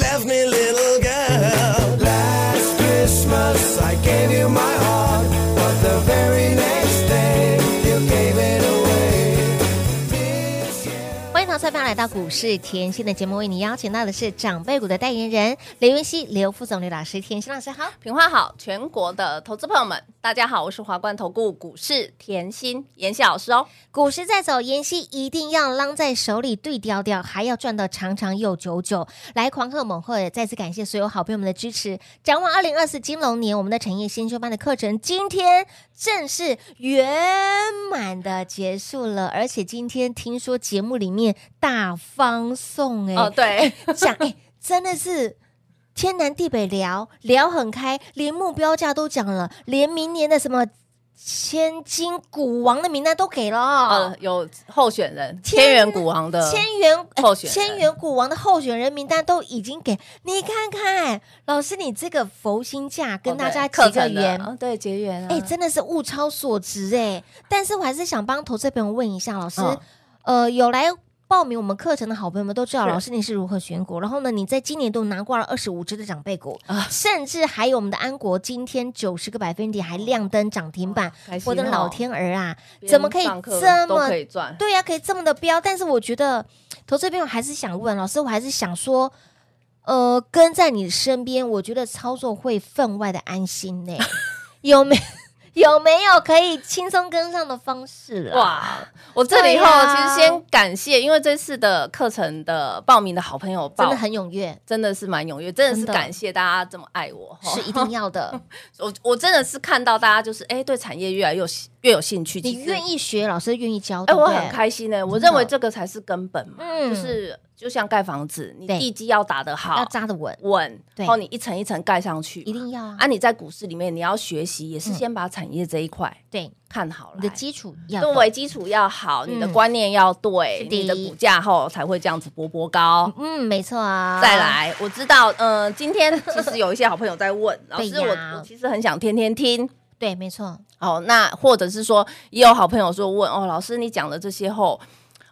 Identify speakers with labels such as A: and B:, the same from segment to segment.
A: left me, little girl. Last Christmas I gave you my heart, but the very next day you gave it away. This year.
B: 欢迎投资朋友来到股市甜心的节目，为你邀请到的是长辈股的代言人刘云熙、刘副总、刘老师、甜心老师好。
C: 平花好，全国的投资朋友们，大家好，我是华冠投顾股市甜心妍希老师哦。
B: 股市在走，妍希一定要浪在手里，对调调，还要赚到长长又久久。来狂贺猛贺！再次感谢所有好朋友们的支持。展望二零二四金龙年，我们的产业先修班的课程今天正式圆满的结束了，而且今天听说节目里面大放送哎、
C: 哦，对，
B: 讲哎、真的是天南地北聊聊很开，连目标价都讲了，连明年的什么千金股王的名单都给了 哦。
C: 呃，有候选人天元股王的，哦
B: 千元哎
C: 候选人
B: 千元股王的候选人名单都已经给你看看，老师你这个佛心价跟大家结个缘，
C: 哦对，结缘啊，
B: 哎、真的是物超所值哎、但是我还是想帮投资朋友问一下老师，
C: 嗯
B: 呃，有来报名我们课程的好朋友们都知道，
C: 是
B: 老师你是如何选股，然后呢，你在今年度拿挂了二十五只的长辈股，
C: 啊
B: 甚至还有我们的安国今天九十个百分点还亮灯涨停板，
C: 开心
B: 我的
C: 哦
B: 老，天儿啊，
C: 别人
B: 怎么可以
C: 上课
B: 这
C: 都
B: 么
C: 可以赚？
B: 对呀、可以这么的标，但是我觉得投资朋友还是想问老师，我还是想说，呃，跟在你身边，我觉得操作会分外的安心 呢、有没有没有可以轻松跟上的方式啊？
C: 哇！我这里以后
B: 对啊
C: 其实先感谢，因为这次的课程的报名的好朋友报
B: 真的很踊跃，
C: 真的是蛮踊跃，真的是
B: 真的
C: 感谢大家这么爱我。
B: 是一定要 的。
C: 我我真的是看到大家就是哎、对产业越来越有兴越有兴趣，
B: 你
C: 其实
B: 愿意学，老师愿意教，
C: 哎、
B: 哦对不
C: 我
B: 对
C: 很开心呢、我
B: 真的
C: 认为这个才是根本嘛，
B: 嗯
C: 就是就像盖房子，你
B: 对
C: 地基要打得
B: 要
C: 好、
B: 扎得稳，
C: 稳，
B: 对
C: 然后你一层一层盖上去嘛，
B: 一定要啊！
C: 啊！你在股市里面，你要学习，也是先把产业这一块
B: 对，
C: 看好了，
B: 你的基础要
C: 对
B: 懂
C: 为基础要好，
B: 嗯
C: 你的观念要对
B: 是，的
C: 你的股价后才会这样子波波高。
B: 嗯，没错啊。
C: 再，来，我知道，嗯，今天其实有一些好朋友在问老师，
B: 对呀
C: 我我其实很想天天听，
B: 对，没错，
C: 哦，那或者是说，也有好朋友说问哦，老师你讲的这些后，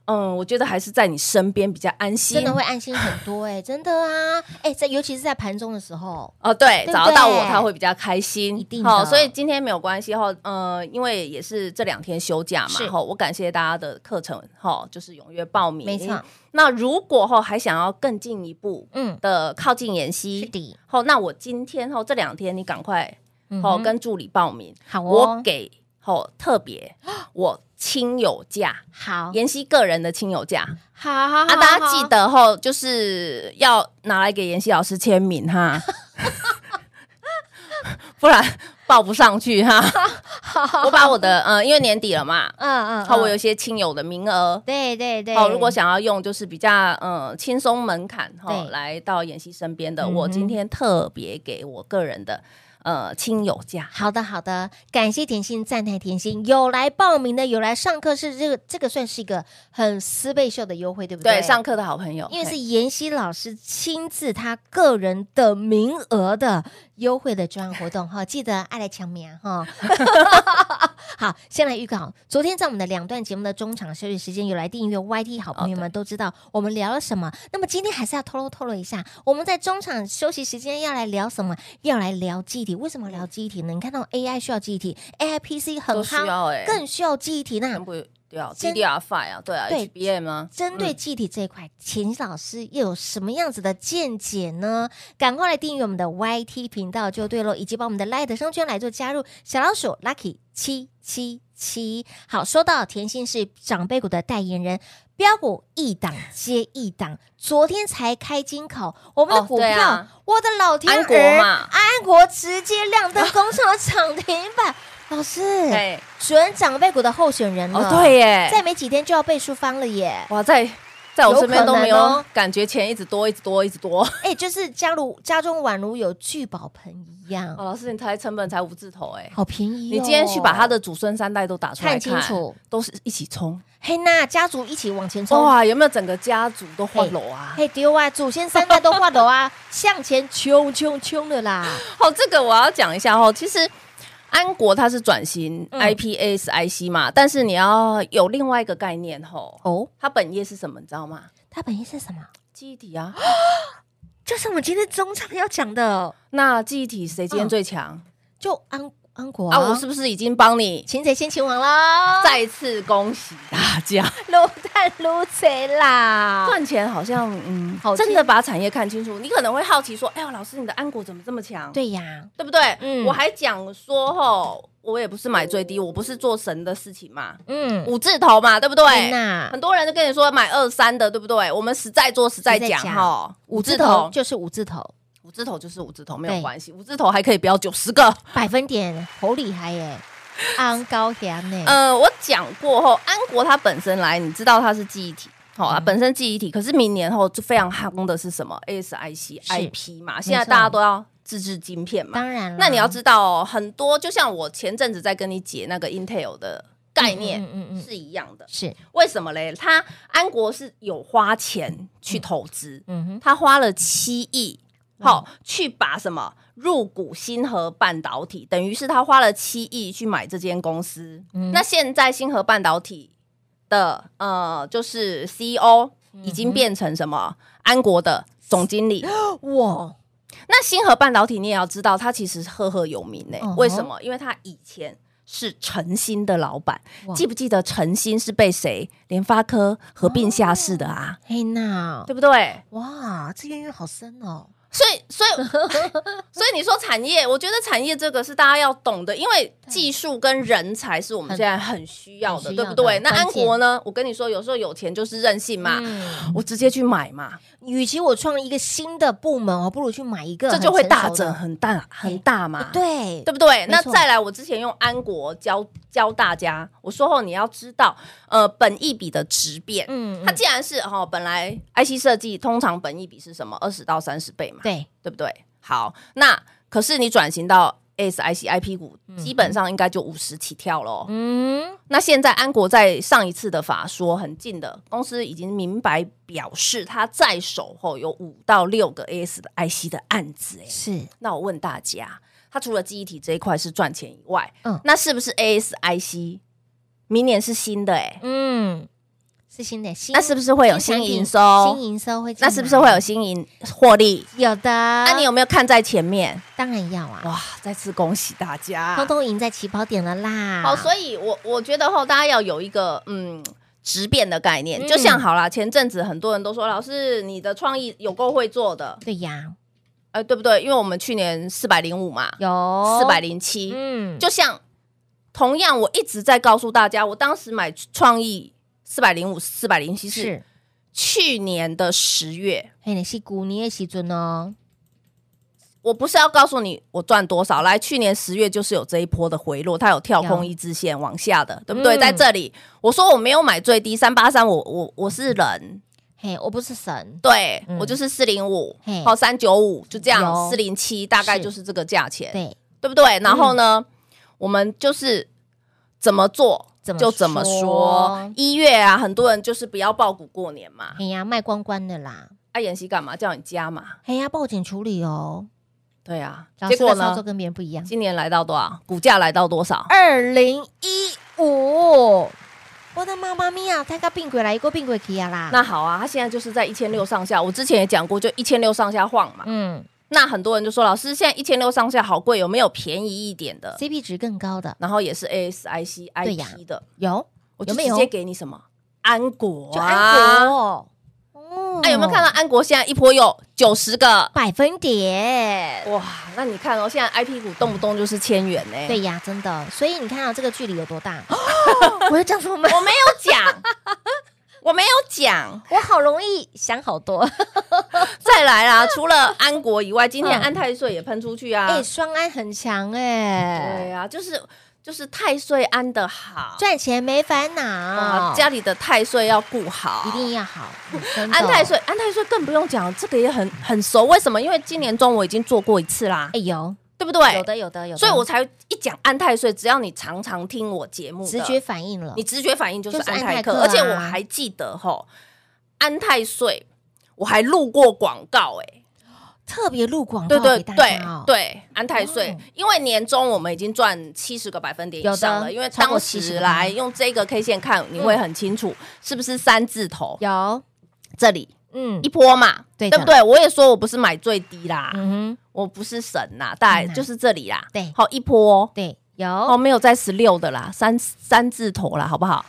C: 嗯，我觉得还是在你身边比较安心。
B: 真的会安心很多哎、真的啊！哎、在尤其是在盘中的时候，
C: 哦，对，
B: 对不
C: 找得到我
B: 对
C: 他会比较开心，
B: 一定的
C: 好、所以今天没有关系哈、哦，呃，因为也是这两天休假嘛
B: 是，
C: 哈、我感谢大家的课程，哈、就是踊跃报名。
B: 没错，
C: 那如果哈、还想要更进一步
B: 嗯，
C: 的靠近妍
B: 是
C: 希，
B: 的，
C: 好、那我今天哈、这两天你赶快
B: 嗯
C: 哦、
B: 哼
C: 跟助理报名，
B: 好哦，
C: 我给哦特别我亲友价。
B: 好，
C: 妍希个人的亲友价
B: 好好
C: 啊，大家记，得
B: 啊
C: 吼，就是要拿来给妍希老师签名哈， 不然报不上 去哈。我把我的呃，因为年底了嘛，
B: 嗯嗯，
C: 好，我有
B: 有，
C: 一些亲友的名额。
B: 对对对，
C: 好，如果想要用就是比较嗯轻松门槛哈
B: 对，
C: 来到妍希身边的，
B: 嗯哼
C: 我今天特别给我个人的呃亲友价，
B: 好的好的，感谢甜心，赞叹甜心，有来报名的，有来上课是这个这个算是一个很私倍秀的优惠，对不对？
C: 对上课的好朋友，
B: 因为是
C: 嘿
B: 妍希老师亲自他个人的名额的优惠的专案活动哈，记得爱来抢名哈。 好，先来预告，昨天在我们的两段节目的中场休息时间，有来订阅 YT 好朋友们都知道我们聊了什么。那么今天还是要透露透露一下，我们在中场休息时间要来聊什么？要来聊记忆体。为什么聊记忆体呢？你看到 AI 需要记忆体，AI PC 很
C: 嗯都需
B: 夯，
C: 要哎，
B: 更需要记忆体呢。
C: 全部对啊
B: 真
C: ，DDR Five 啊，对啊
B: 对
C: ，HBM 啊，
B: 针对记忆体这一块，秦老师又有什么样子的见解呢？赶快来订阅我们的 YT 频道就对喽，以及把我们的 Light 商圈来做加入，小老鼠 Lucky 七七七。好，说到甜心是长辈股的代言人。标股一档接一档，昨天才开金口，我们的
C: 哦
B: 股票，
C: 对啊
B: 我的老天
C: 安国
B: 儿
C: 嘛
B: 安国直接亮 灯攻上了涨停板。老师，
C: 对，
B: 准长辈股的候选人了，
C: 嗯哦，对耶，
B: 再没几天就要背书方了耶。
C: 哇，在在我身边
B: 有可
C: 都
B: 能
C: 没有
B: 哦
C: 感觉钱一直多，一直多，一直多。
B: 哎、就是家如家中宛如有聚宝盆一样，
C: 哦，老师，你才成本才五字头哎、
B: 好便宜、哦。
C: 你今天去把他的祖孙三代都打出来
B: 看清楚，
C: 都是一起冲
B: 嘿那家族一起往前冲。
C: 哇！有没有整个家族都换楼啊？
B: 嘿丢啊！祖先三代都画楼啊，向前冲冲冲的啦！
C: 好，这个我要讲一下哦。其实安国它是转型
B: 嗯
C: IPSIC 嘛，但是你要有另外一个概念吼，
B: 哦，
C: 它本业是什么？你知道吗？
B: 它本意是什么？
C: 记忆体 啊。
B: 就是我们今天中场要讲的，
C: 那记忆体谁今天最强、
B: 就安安国
C: 啊？我是不是已经帮你
B: 擒贼先擒王啦，
C: 再次恭喜
B: 啊
C: 大家？
B: 撸蛋撸贼啦！
C: 赚钱好像嗯
B: 好，
C: 真的把产业看清楚。你可能会好奇说，哎呦，老师，你的安国怎么这么强？
B: 对呀，
C: 对不对？
B: 嗯
C: 我还讲说吼，我也不是买最低，我不是做神的事情嘛，
B: 嗯，
C: 五字头嘛，对不对？
B: 呐
C: 很，多人都跟你说买二三的，对不对？我们实在做实在
B: 实在
C: 讲
B: 讲
C: 哈，
B: 五字头就是五字头，
C: 五字头就是五字头，没有
B: 对
C: 关系，五字头还可以标九十个。
B: 百分点好厉害 耶，安高甜呢，
C: 呃，我讲过后，安国它本身来，你知道它是记忆体。好、啊，
B: 嗯
C: 本身记忆体，可是明年后就非常夯的是什么？ASIC、
B: 是
C: IP 嘛，现在大家都要自制晶片嘛。
B: 当然了，
C: 那你要知道、哦，很多就像我前阵子在跟你解那个 Intel 的概念
B: 嗯嗯嗯嗯
C: 是一样的。
B: 是，
C: 为什么嘞？他安国是有花钱去投资，
B: 嗯哼，
C: 他花了七亿，
B: 嗯
C: 好、去把什么入股星河半导体，等于是他花了七亿去买这间公司。
B: 嗯
C: 那现在星河半导体的呃，就是 CEO
B: 嗯
C: 已经变成什么、安国的总经理。
B: 哦哇，
C: 那星河半导体你也要知道，它其实赫赫有名呢、
B: 嗯哼
C: 为什么？因为它以前。是晨星的老板
B: 哇，
C: 记不记得晨星是被谁联发科合并下市的啊？
B: 嘿那，
C: 对不对？
B: 哇，这渊源好深哦，
C: 所以，所以，所以你说产业，我觉得产业这个是大家要懂的，因为技术跟人才是我们
B: 很
C: 现在很需要的，
B: 很需
C: 对
B: 要
C: 不
B: 的
C: 对？那
B: 关
C: 安
B: 键
C: 国呢？我跟你说，有时候有钱就是任性嘛，
B: 嗯，
C: 我直接去买嘛，
B: 与其我创一个新的部门，我不如去买一个
C: 这
B: 很
C: 就会
B: 成
C: 大
B: 熟
C: 整
B: 的哎
C: 很大很大嘛，
B: 对
C: 对不对？
B: 没
C: 那
B: 错
C: 再来，我之前用安国教教大家，我说后你要知道，呃，本益比的质变，
B: 嗯
C: 它
B: 嗯
C: 既然是哈、哦，本来 IC 设计通常本益比是什么，二十到三十倍嘛，
B: 对，
C: 对不对？好，那可是你转型到 SIC IP 股，基本上应该就五十起跳喽。
B: 嗯，
C: 那现在安国在上一次的法说很近的，公司已经明白表示，他在手后有五到六个 SIC 的案子、诶。
B: 是
C: 那我问大家，他除了记忆体这一块是赚钱以外，
B: 嗯
C: 那是不是 ASIC 明年是新的、诶，
B: 嗯是新的新，
C: 那是不是会有
B: 新
C: 新
B: 产品
C: 营收
B: 新？营收会进
C: 那
B: 来，
C: 是不是会有新营获利？
B: 有的？
C: 那、
B: 那
C: 你有没有看在前面？
B: 当然要啊，
C: 哇！再次恭喜大家
B: 通通赢在起跑点了啦。
C: 好，所以我我觉得后大家要有一个嗯。质变的概念，
B: 嗯
C: 就像好啦，前阵子很多人都说，老师你的创意有够会做的，
B: 对呀，
C: 呃，对不对？因为我们去年四百零五嘛，
B: 有
C: 四百，零七，
B: 嗯，
C: 就像同样，我一直在告诉大家，我当时买创意四百零五、四百零七是
B: 是。
C: 去年的十月，
B: 嘿，你是古你也喜尊哦，
C: 我不是要告诉你我赚多少，来，去年十月就是有这一波的回落，它有跳
B: 有
C: 空一支线往下的，对不对？
B: 嗯
C: 在这里，我说我没有买最低三八三，我我我是人，
B: 嘿，我不是神，
C: 对、
B: 嗯
C: 我就是四零五
B: 嘿，
C: 好三九五就这样，
B: 有
C: 四零七大概
B: 是嗯
C: 就是这个价钱，
B: 对，
C: 对不对？然后呢，我们就是怎么做。
B: 怎么
C: 就怎么说
B: 说？
C: 一月啊，很多人就是不要爆股过年嘛。
B: 嘿呀，卖光光的啦，
C: 啊，演习干嘛？叫你加嘛。
B: 嘿呀，报警处理哦，
C: 对啊，
B: 老
C: 结
B: 师
C: 果
B: 的操作
C: 呢？
B: 跟别人不一样。
C: 今年来到多少？股价来到多少？
B: 二零一五，我的妈妈咪呀，他个病鬼来一个病鬼去啊啦。
C: 那好啊，它现在就是在一千六上下。我之前也讲过，就一千六上下晃嘛。
B: 嗯
C: 那很多人就说，老师现在一千六上下好贵，有没有便宜一点的？
B: ，CP 值更高的
C: 然后也是 ASIC
B: 对呀
C: IP 的，
B: 有，有
C: 我就
B: 没
C: 直
B: 有
C: 接给你什么安国
B: 就安
C: 啊？
B: 国哦，
C: 哎，有没有看到安国现在一波有九十个？
B: 百分点？
C: 哇，那你看哦，现在 IP 股动不动就是千元呢、
B: 对，呀，真的，所以你看啊到这个距离有多大？ 我要讲什么吗？
C: 哦我没有 讲，我没有讲。
B: 我好容易想好多。
C: 再来啦，除了安国以外，今天
B: 嗯
C: 安泰税也喷出去啊。
B: 哎，双安很强哎，
C: 对啊，就是就是太岁安的好，
B: 赚钱没烦
C: 啊
B: 恼，
C: 家里的太岁要顾好，
B: 一定要 好，真的
C: 安太岁，安太岁更不用讲，这个也很很熟。为什么？因为今年中我已经做过一次啦，
B: 哎有
C: 对不对？
B: 有的有的有的，
C: 所以我才一讲安太岁，只要你常常听我节目的，
B: 直觉反应了
C: 你，直觉反应就是
B: 就是
C: 安
B: 安泰
C: 泰
B: 克
C: 克，
B: 啊
C: 而且我还记得吼，安太岁我还录过广告哎、
B: 特别录广
C: 对
B: 告
C: 对
B: 给大
C: 对
B: 家哦，
C: 对，安太岁
B: 哦，
C: 因为年终我们已经赚七十个百分点以上
B: 有的
C: 了，因为
B: 超过
C: 当
B: 70
C: 时
B: 个
C: 来用这个 K 线看，你会很清楚是不是三字头
B: 嗯有
C: 这里
B: 嗯
C: 一波嘛，
B: 对的
C: 对不对？我也说我不是买最低啦，
B: 嗯哼，
C: 我不是神啦，大概
B: 嗯啊
C: 就是这里啦，
B: 对
C: 好一波，
B: 对
C: 哦，
B: 有
C: 没有在十六的啦，三三字头啦，好 不好？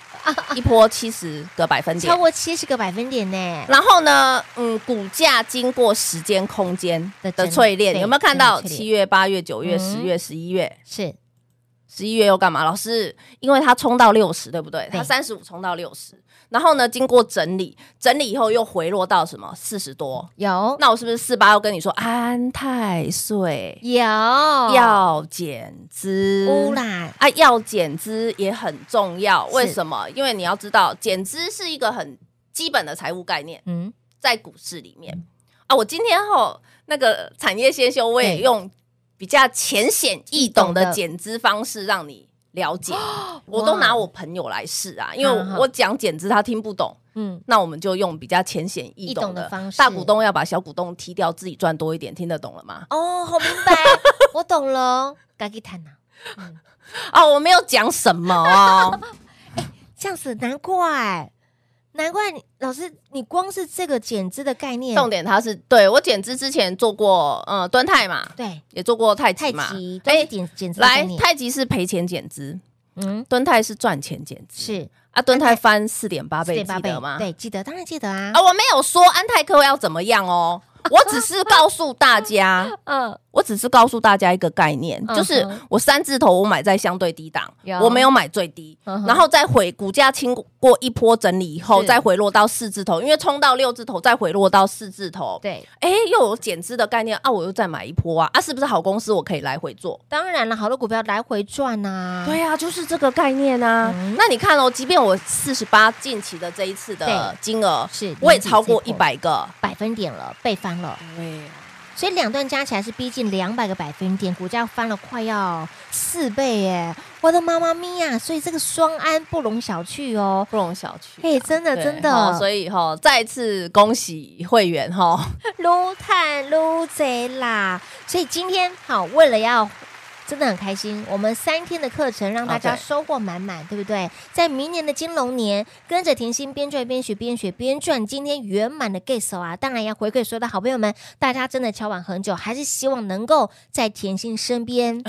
C: 一波七十个百分点
B: 超。过七十个百分点呢，
C: 然后呢，嗯，股价经过时间、空间
B: 的
C: 的
B: 整
C: 淬炼，
B: 对
C: 有没有看到？
B: 真的淬炼
C: 七月、八月、九月、
B: 嗯
C: 十月、十一月，
B: 是
C: 十一月又干嘛？老师，因为它冲到六十，对不对？
B: 对
C: 它三十五冲到六十，然后呢，经过整理，整理以后又回落到什么四十多？
B: 有
C: 那我是不是四八又跟你说安太岁
B: 有要
C: 要减资？
B: 哦乌啦，
C: 啊，要减资也很重要。
B: 是
C: 为什么？因为你要知道，减资是一个很基本的财务概念，
B: 嗯，
C: 在股市里面啊。我今天吼那个产业先修，我也
B: 对
C: 用比较浅显易懂
B: 懂
C: 的
B: 的哦
C: 减资方式让你了解。我都拿我朋友来试啊，因为
B: 好好
C: 我我讲减资他听不懂。
B: 嗯，
C: 那我们就用比较浅显易
B: 易懂
C: 懂
B: 的
C: 的
B: 方式
C: 大股东要把小股东踢掉，自己赚多一点，听得懂了吗？
B: 哦，好明 白，我懂了，该给谈了。
C: 啊，我没有讲什 么哦，
B: 这样子难怪，难怪你老师，你光是这个减资的概念，
C: 重点它是对我减资之前做过，呃，端泰嘛，
B: 对
C: 也做过太
B: 太
C: 极嘛。
B: 极都
C: 哎
B: 是减减资的概
C: 来
B: 念，
C: 太极是赔钱减资，
B: 嗯，
C: 蹲泰是赚钱减资。
B: 是
C: 啊，蹲泰翻四点八倍，
B: 4.8
C: 记得吗？
B: 对，记得，当然记得啊
C: 啊，，我没有说安泰克要怎么样 哦，我只是告诉大家，
B: 嗯，
C: 我只是告诉大家一个概念，
B: 嗯
C: 就是
B: 哼
C: 我三字头我买在相对低档
B: 有，
C: 我没有买最低，
B: 嗯哼
C: 然后再回股价经过一波整理以后，
B: 是
C: 再回落到四字头，因为冲到六字头，再回落到四字头，
B: 对，
C: 哎，又有减资的概念啊，我又再买一波啊，啊，是不是好公司我可以来回做？
B: 当然了，好的股票来回赚呐，
C: 对啊，就是这个概念啊。
B: 嗯
C: 那你看哦，即便我四十八近期的这一次的
B: 对
C: 金额，
B: 是
C: 我也超过
B: 理解
C: 一
B: 这波
C: 百个。
B: 百分点了，被翻了，
C: 对，
B: 所以两段加起来是逼近两百个百分点，股价翻了快要四倍耶！我的妈妈咪呀、所以这个双安不容小觑哦。
C: 不容小觑。
B: 嘿，真的
C: 对
B: 真
C: 哦
B: 的，
C: 所以哈，再次恭喜会员哈，
B: 撸探撸贼啦！所以今天好，为了要真的很开心，我们三天的课程让大家
C: 啊对
B: 收获满满，对不对？在明年的金龙年，跟着甜心边赚边学，边学边赚，今天圆满的 get 手啊！当然要回馈所有的好朋友们，大家真的敲碗很久，还是希望能够在甜心身边。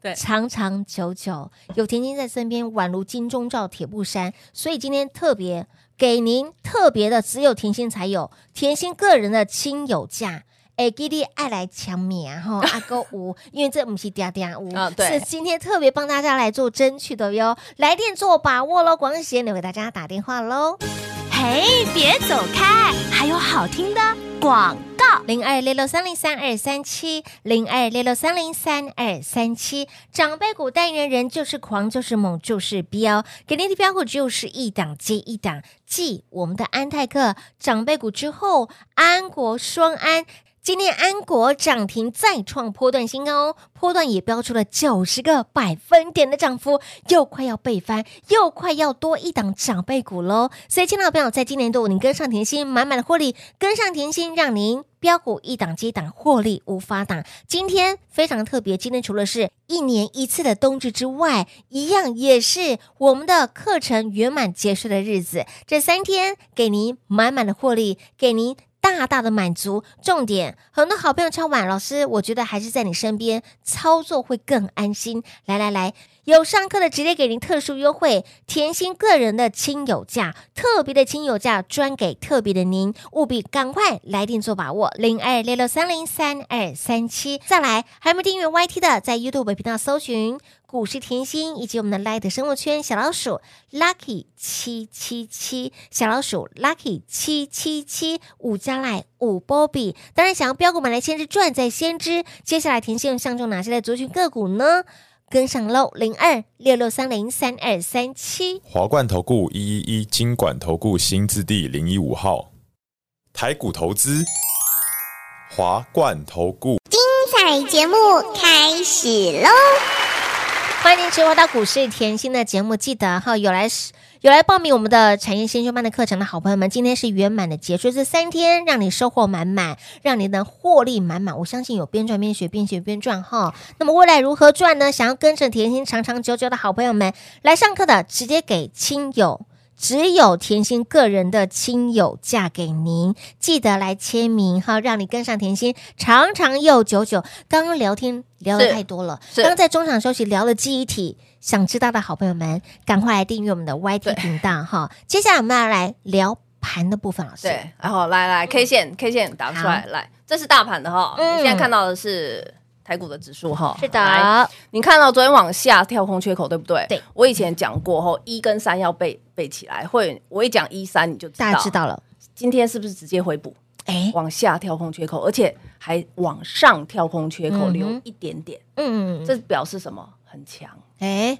C: 对
B: 长长久久有甜心在身边，宛如金钟罩铁布衫。所以今天特别给您特别的，只有甜心才有，甜心个人的亲友价。哎，给你爱来抢名 哈，阿哥五，因为这不是嗲嗲五，
C: 啊对
B: 是今天特别帮大家来做争取的哟，来电做把握喽，广喜留给大家打电话喽。
D: 嘿，别走开，还有好听的广告。
B: 零二六六三零三二三七，零二六六三零三二三七。长辈股代言人就是狂，就是猛，就是彪，给您的标股就是一档接一档，继我们的安泰克长辈股之后，安国双安。今天呃安国涨停再创波段新高哦，波段也标出了九十个百分点的涨幅，又快要倍翻，又快要多一档长辈股喽。所以，亲爱的朋友，在今年度你跟上甜心满满的获利，跟上甜心，让您标股一档接一档获利无法挡。今天非常特别，今天除了是一年一次的冬至之外，一样也是我们的课程圆满结束的日子。这三天给您满满的获利，给您。大大的满足，重点很多好朋友敲碗，老师，我觉得还是在你身边操作会更安心。来来来，有上课的直接给您特殊优惠，甜心个人的亲友价，特别的亲友价专给特别的您，务必赶快来电做把握，零二六六三零三二三七。再来，还没订阅 YT 的，在 YouTube 频道搜寻股市甜心，以及我们的 Light 生活圈小老鼠 Lucky 七七七，小老鼠 Lucky 七七七，五加赖五波比。当然，想要标股买来先知赚在先知，接下来甜心又相中哪些的族群个股呢？跟上喽，零二六六三零三二三七。
E: 华冠投顾一一一金管投顾新字第零一五号，台股投资，华冠投顾。
F: 彩节目开始喽！
B: 欢迎您持续回到股市甜心的节目，记得哈，有来有来报名我们的产业先修班的课程的好朋友们，今天是圆满的结束这三天，让你收获满满，让你能获利满满。我相信有边赚边学，边学边赚哈。那么未来如何赚呢？想要跟着甜心长长久久的好朋友们来上课的，直接给亲友。只有甜心个人的亲友价给您，记得来签名哈，让你跟上甜心长长又久久。刚刚聊天聊的
C: 是
B: 太多了，
C: 是
B: 刚刚在中场休息聊了记忆体，想知道的好朋友们，赶快来订阅我们的 YT
C: 对
B: 频道哈。接下来我们要来聊盘的部分，老师
C: 对，然后来来 K 线 K 线打出来，来，这是大盘的哈，
B: 嗯
C: 你现在看到的是台股的指数哈，
B: 是
C: 来
B: 的，
C: 你看到昨天往下跳空缺口，对不对？
B: 对，
C: 我以前讲过吼，一跟三要背背起来，会我一讲一三你就知道。
B: 大家知道了，
C: 今天是不是直接回补
B: 哎，
C: 往下跳空缺口，而且还往上跳空缺口
B: 嗯哼
C: 留一点点，
B: 嗯，
C: 这表示什么？很强，
B: 哎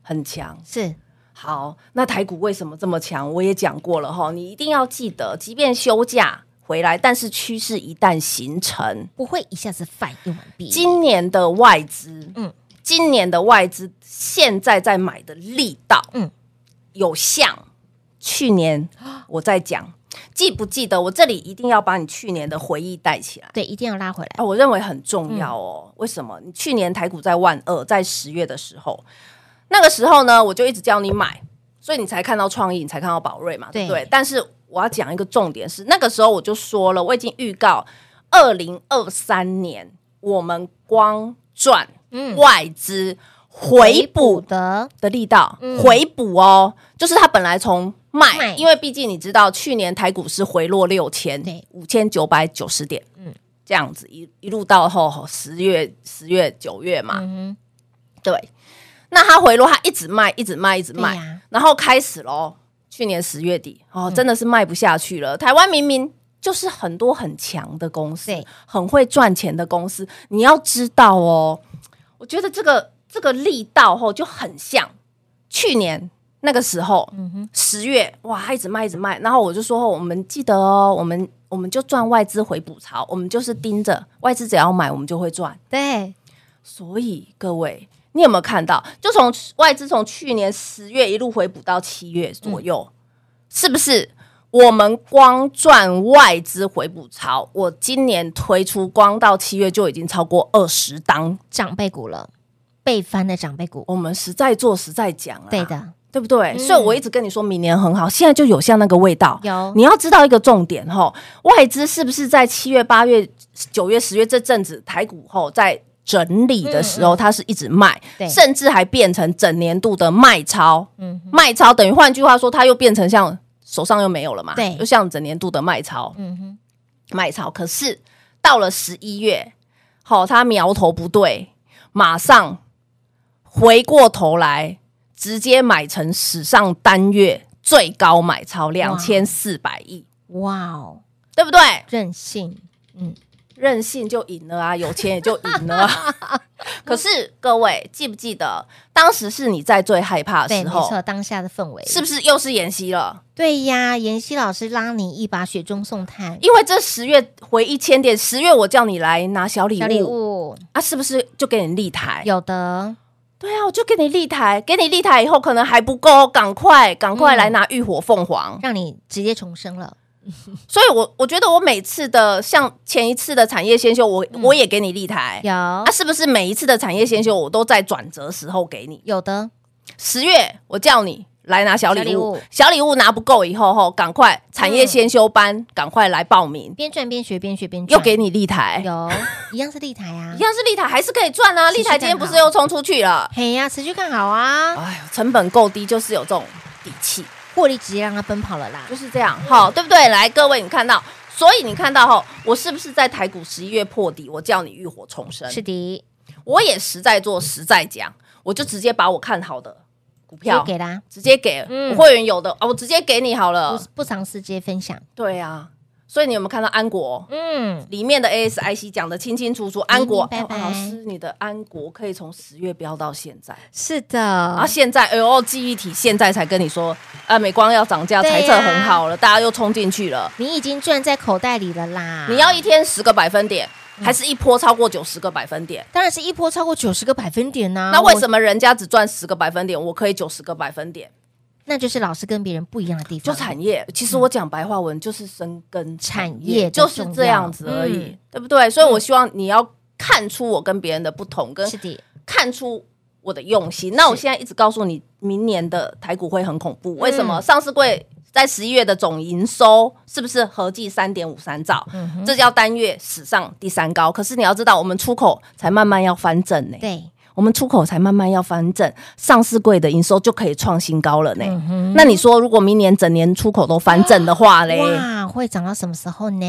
C: 很强。
B: 是
C: 好，那台股为什么这么强？我也讲过了哈，你一定要记得，即便休假回来，但是趋势一旦形成，
B: 不会一下子反应完毕，
C: 今年的外资，
B: 嗯
C: 嗯，今年的外资现在在买的力道，
B: 嗯
C: 嗯，有像去年我在讲，记不记得？我这里一定要把你去年的回忆带起来。
B: 对，一定要拉回来，
C: 啊，我认为很重要哦。为什么？你去年台股在万二，在十月的时候，那个时候呢，我就一直叫你买，所以你才看到创意，你才看到宝瑞嘛，对不
B: 对
C: 对？但是我要讲一个重点是，那个时候我就说了，我已经预告二零二三年我们光赚
B: 嗯
C: 外资回补
B: 的，
C: 的力道、
B: 嗯
C: 回补哦，就是它本来从卖，
B: 卖
C: 因为毕竟你知道去年台股是回落六千
B: 对，
C: 五千九百九十点，
B: 嗯
C: 嗯，这样子一一路到后十月、十月、九月嘛，
B: 嗯哼，
C: 对。那它回落，它一直卖，一直卖，一直
B: 对
C: 卖，
B: 呀嗯
C: 然后开始喽。去年十月底哦，真的是卖不下去了。台湾明明就是很多很强的公司
B: 对，
C: 很会赚钱的公司，你要知道哦。我觉得这个这个力道吼、就很像去年那个时候，
B: 嗯
C: 十月哇，它一直卖一直卖，然后我就说、哦我们记得哦，我们我们就赚外资回补潮，我们就是盯着外资只要买，我们就会赚。
B: 对，
C: 所以各位，你有没有看到？就从外资从去年十月一路回补到七月左
B: 嗯
C: 右，是不是？我们光赚外资回补潮，我今年推出光到七月就已经超过二十档，
B: 长辈股了，被翻的长辈股，
C: 我们实在做实在讲啊，
B: 对，的，
C: 对不对？
B: 嗯
C: 所以我一直跟你说明年很好，现在就有像那个味道。
B: 有
C: 你要知道一个重点吼，外资是不是在七月、八月、九月、十月这阵子台股后在整理的时候，它是一直卖
B: 嗯对，
C: 甚至还变成整年度的卖超。
B: 嗯
C: 卖超等于换句话说，它又变成像手上又没有了嘛，
B: 对
C: 又像整年度的卖超。
B: 嗯哼，
C: 卖超，可是到了十一月，好、它苗头不对，马上回过头来，直接买成史上单月最高买超
B: 哇
C: 两千四百亿，
B: 哇哦，
C: 对不对？
B: 任性，
C: 任性就赢了啊，有钱也就赢了、啊。 可是各位记不记得，当时是你在最害怕的
B: 对，
C: 时
B: 没
C: 候，
B: 错，当下的氛围
C: 是不是又是演习了？
B: 对呀，妍希老师拉你一把，雪中送炭，
C: 因为这十月回一千点，十月我叫你来拿小礼
B: 小
C: 物，
B: 礼物
C: 啊，是不是就给你立台？
B: 有的，
C: 对啊，我就给你立台，给你立台以后可能还不够，赶快赶快
B: 嗯
C: 来拿浴火凤凰。
B: 让你直接重生了，
C: 所以我我觉得我每次的像前一次的产业先修，我、我也给你立台。
B: 有
C: 啊，是不是每一次的产业先修，我都在转折时候给你？
B: 有的，
C: 十月我叫你来拿小礼物，小礼物拿不够以后吼，赶快产业
B: 嗯
C: 先修班，赶快来报名，
B: 边赚边学，边学边赚
C: 又给你立台，
B: 有一样是立台啊
C: 一，样是立台，还是可以赚啊！
B: 持续
C: 立台今天
B: 干好
C: 不是又冲出去了？
B: 嘿呀，持续看好啊，
C: 哎呦，成本够低，就是有这种底气。
B: 获利直接让它奔跑了啦
C: 就，是这样，好，对不对？来，各位，你看到，所以你看到哈，我是不是在台股十一月破底？我叫你浴火重生，
B: 是的，
C: 我也实在做，实在讲，我就直接把我看好的股
B: 就
C: 票
B: 给啦，
C: 直接给
B: 嗯
C: 哦我会员有的啊，我直接给你好
B: 不
C: 了。
B: 不藏私，直接分享，
C: 对啊，所以你有没有看到安国？
B: 嗯，
C: 里面的 ASIC 讲的清清楚楚，安国
B: 明明白白
C: 哎呦老师，你的安国可以从十月飙到现在，
B: 是
C: 然后
B: 的，
C: 现在 L O 记忆体现在才跟你说，啊，美光要涨价，
B: 对呀
C: 财测很好了，大家又冲进去了。
B: 你已经赚在口袋里了啦。
C: 你要一天十个百分点，
B: 嗯
C: 还是一波超过九十个百分点？
B: 当然是一波超过九十个百分点呐、
C: 那为
B: 么？
C: 什么人家只赚十个百分点，我可以九十个百分点？
B: 那就是老师跟别人不一样的地
C: 就
B: 方，
C: 产业，其实我讲白话文就是深耕
B: 产业的
C: 就是这样子
B: 重要
C: 而已
B: 嗯，
C: 对不对？所以我希望你要看出我跟别人的不同，跟
B: 是的，
C: 看出我的用心。那我现在一直告诉你，明年的台股会很恐怖，
B: 嗯
C: 为什么？上市柜在十一月的总营收是不是合计三点五三兆？
B: 嗯
C: 这叫单月史上第三高。可是你要知道，我们出口才慢慢要翻正呢、
B: 对，
C: 我们出口才慢慢要翻正，上市柜的营收就可以创新高了呢。
B: 嗯
C: 那你说，如果明年整年出口都翻正的话嘞？
B: 哇，会涨到什么时候呢？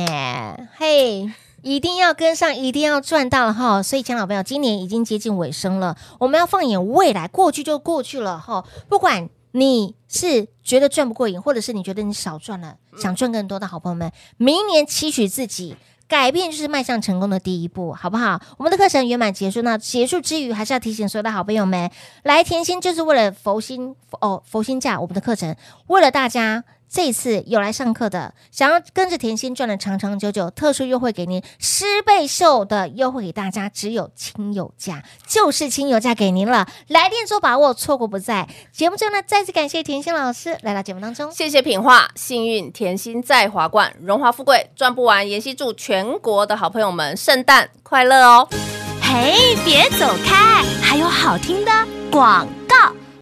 B: 嘿。一定要跟上，一定要赚到了哈！所以，亲爱的朋友，今年已经接近尾声了，我们要放眼未来，过去就过去了哈。不管你是觉得赚不过瘾，或者是你觉得你少赚了，想赚更多的好朋友们，明年期许自己。改变就是迈向成功的第一步，好不好？我们的课程圆满结束。那结束之余，还是要提醒所有的好朋友们，来甜心就是为了佛心哦，佛心价我们的课程，为了大家这一次有来上课的，想要跟着甜心赚的长长久久，特殊优惠给您，十倍秀的优惠给大家，只有亲友价，就是亲友价给您了，来电做把握，错过不再。节目最后呢，再次感谢甜心老师来到节目当中。
C: 谢谢品画，幸运甜心在华冠，荣华富贵赚不完。妍希祝全国的好朋友们圣诞快乐哦！
D: 嘿，别走开，还有好听的广告。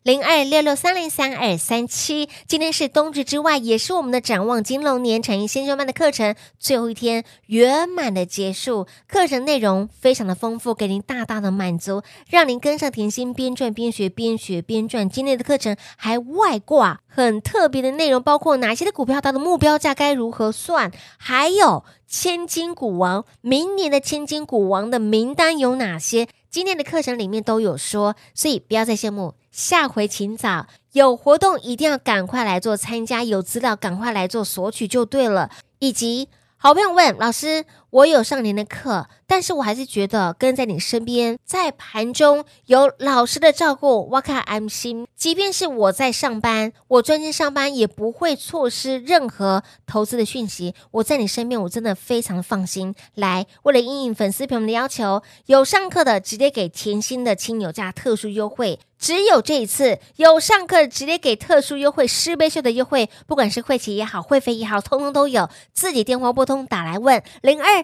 B: 零二六六三零三二三七。今天是冬至之外，也是我们的展望金龙年产业先修班的课程最后一天，圆满的结束。课程内容非常的丰富，给您大大的满足，让您跟上甜心，边赚边学，边学边赚。今天的课程还外挂很特别的内容，包括哪些的股票它的目标价该如何算，还有千金股王明年的千金股王的名单有哪些。今天的课程里面都有说，所以不要再羡慕，下回请早。有活动一定要赶快来做参加，有资料赶快来做索取就对了。以及好朋友问老师，我有上您的课，但是我还是觉得跟在你身边，在盘中有老师的照顾，哇卡安心。即便是我在上班，我专心上班也不会错失任何投资的讯息。我在你身边，我真的非常放心。来，为了应应粉丝朋友们的要求，有上课的直接给甜心的亲友价特殊优惠。只有这一次有上课直接给特殊优惠，师杯秀的优惠，不管是会期也好，会费也好，通通都有。自己电话拨通打来问零二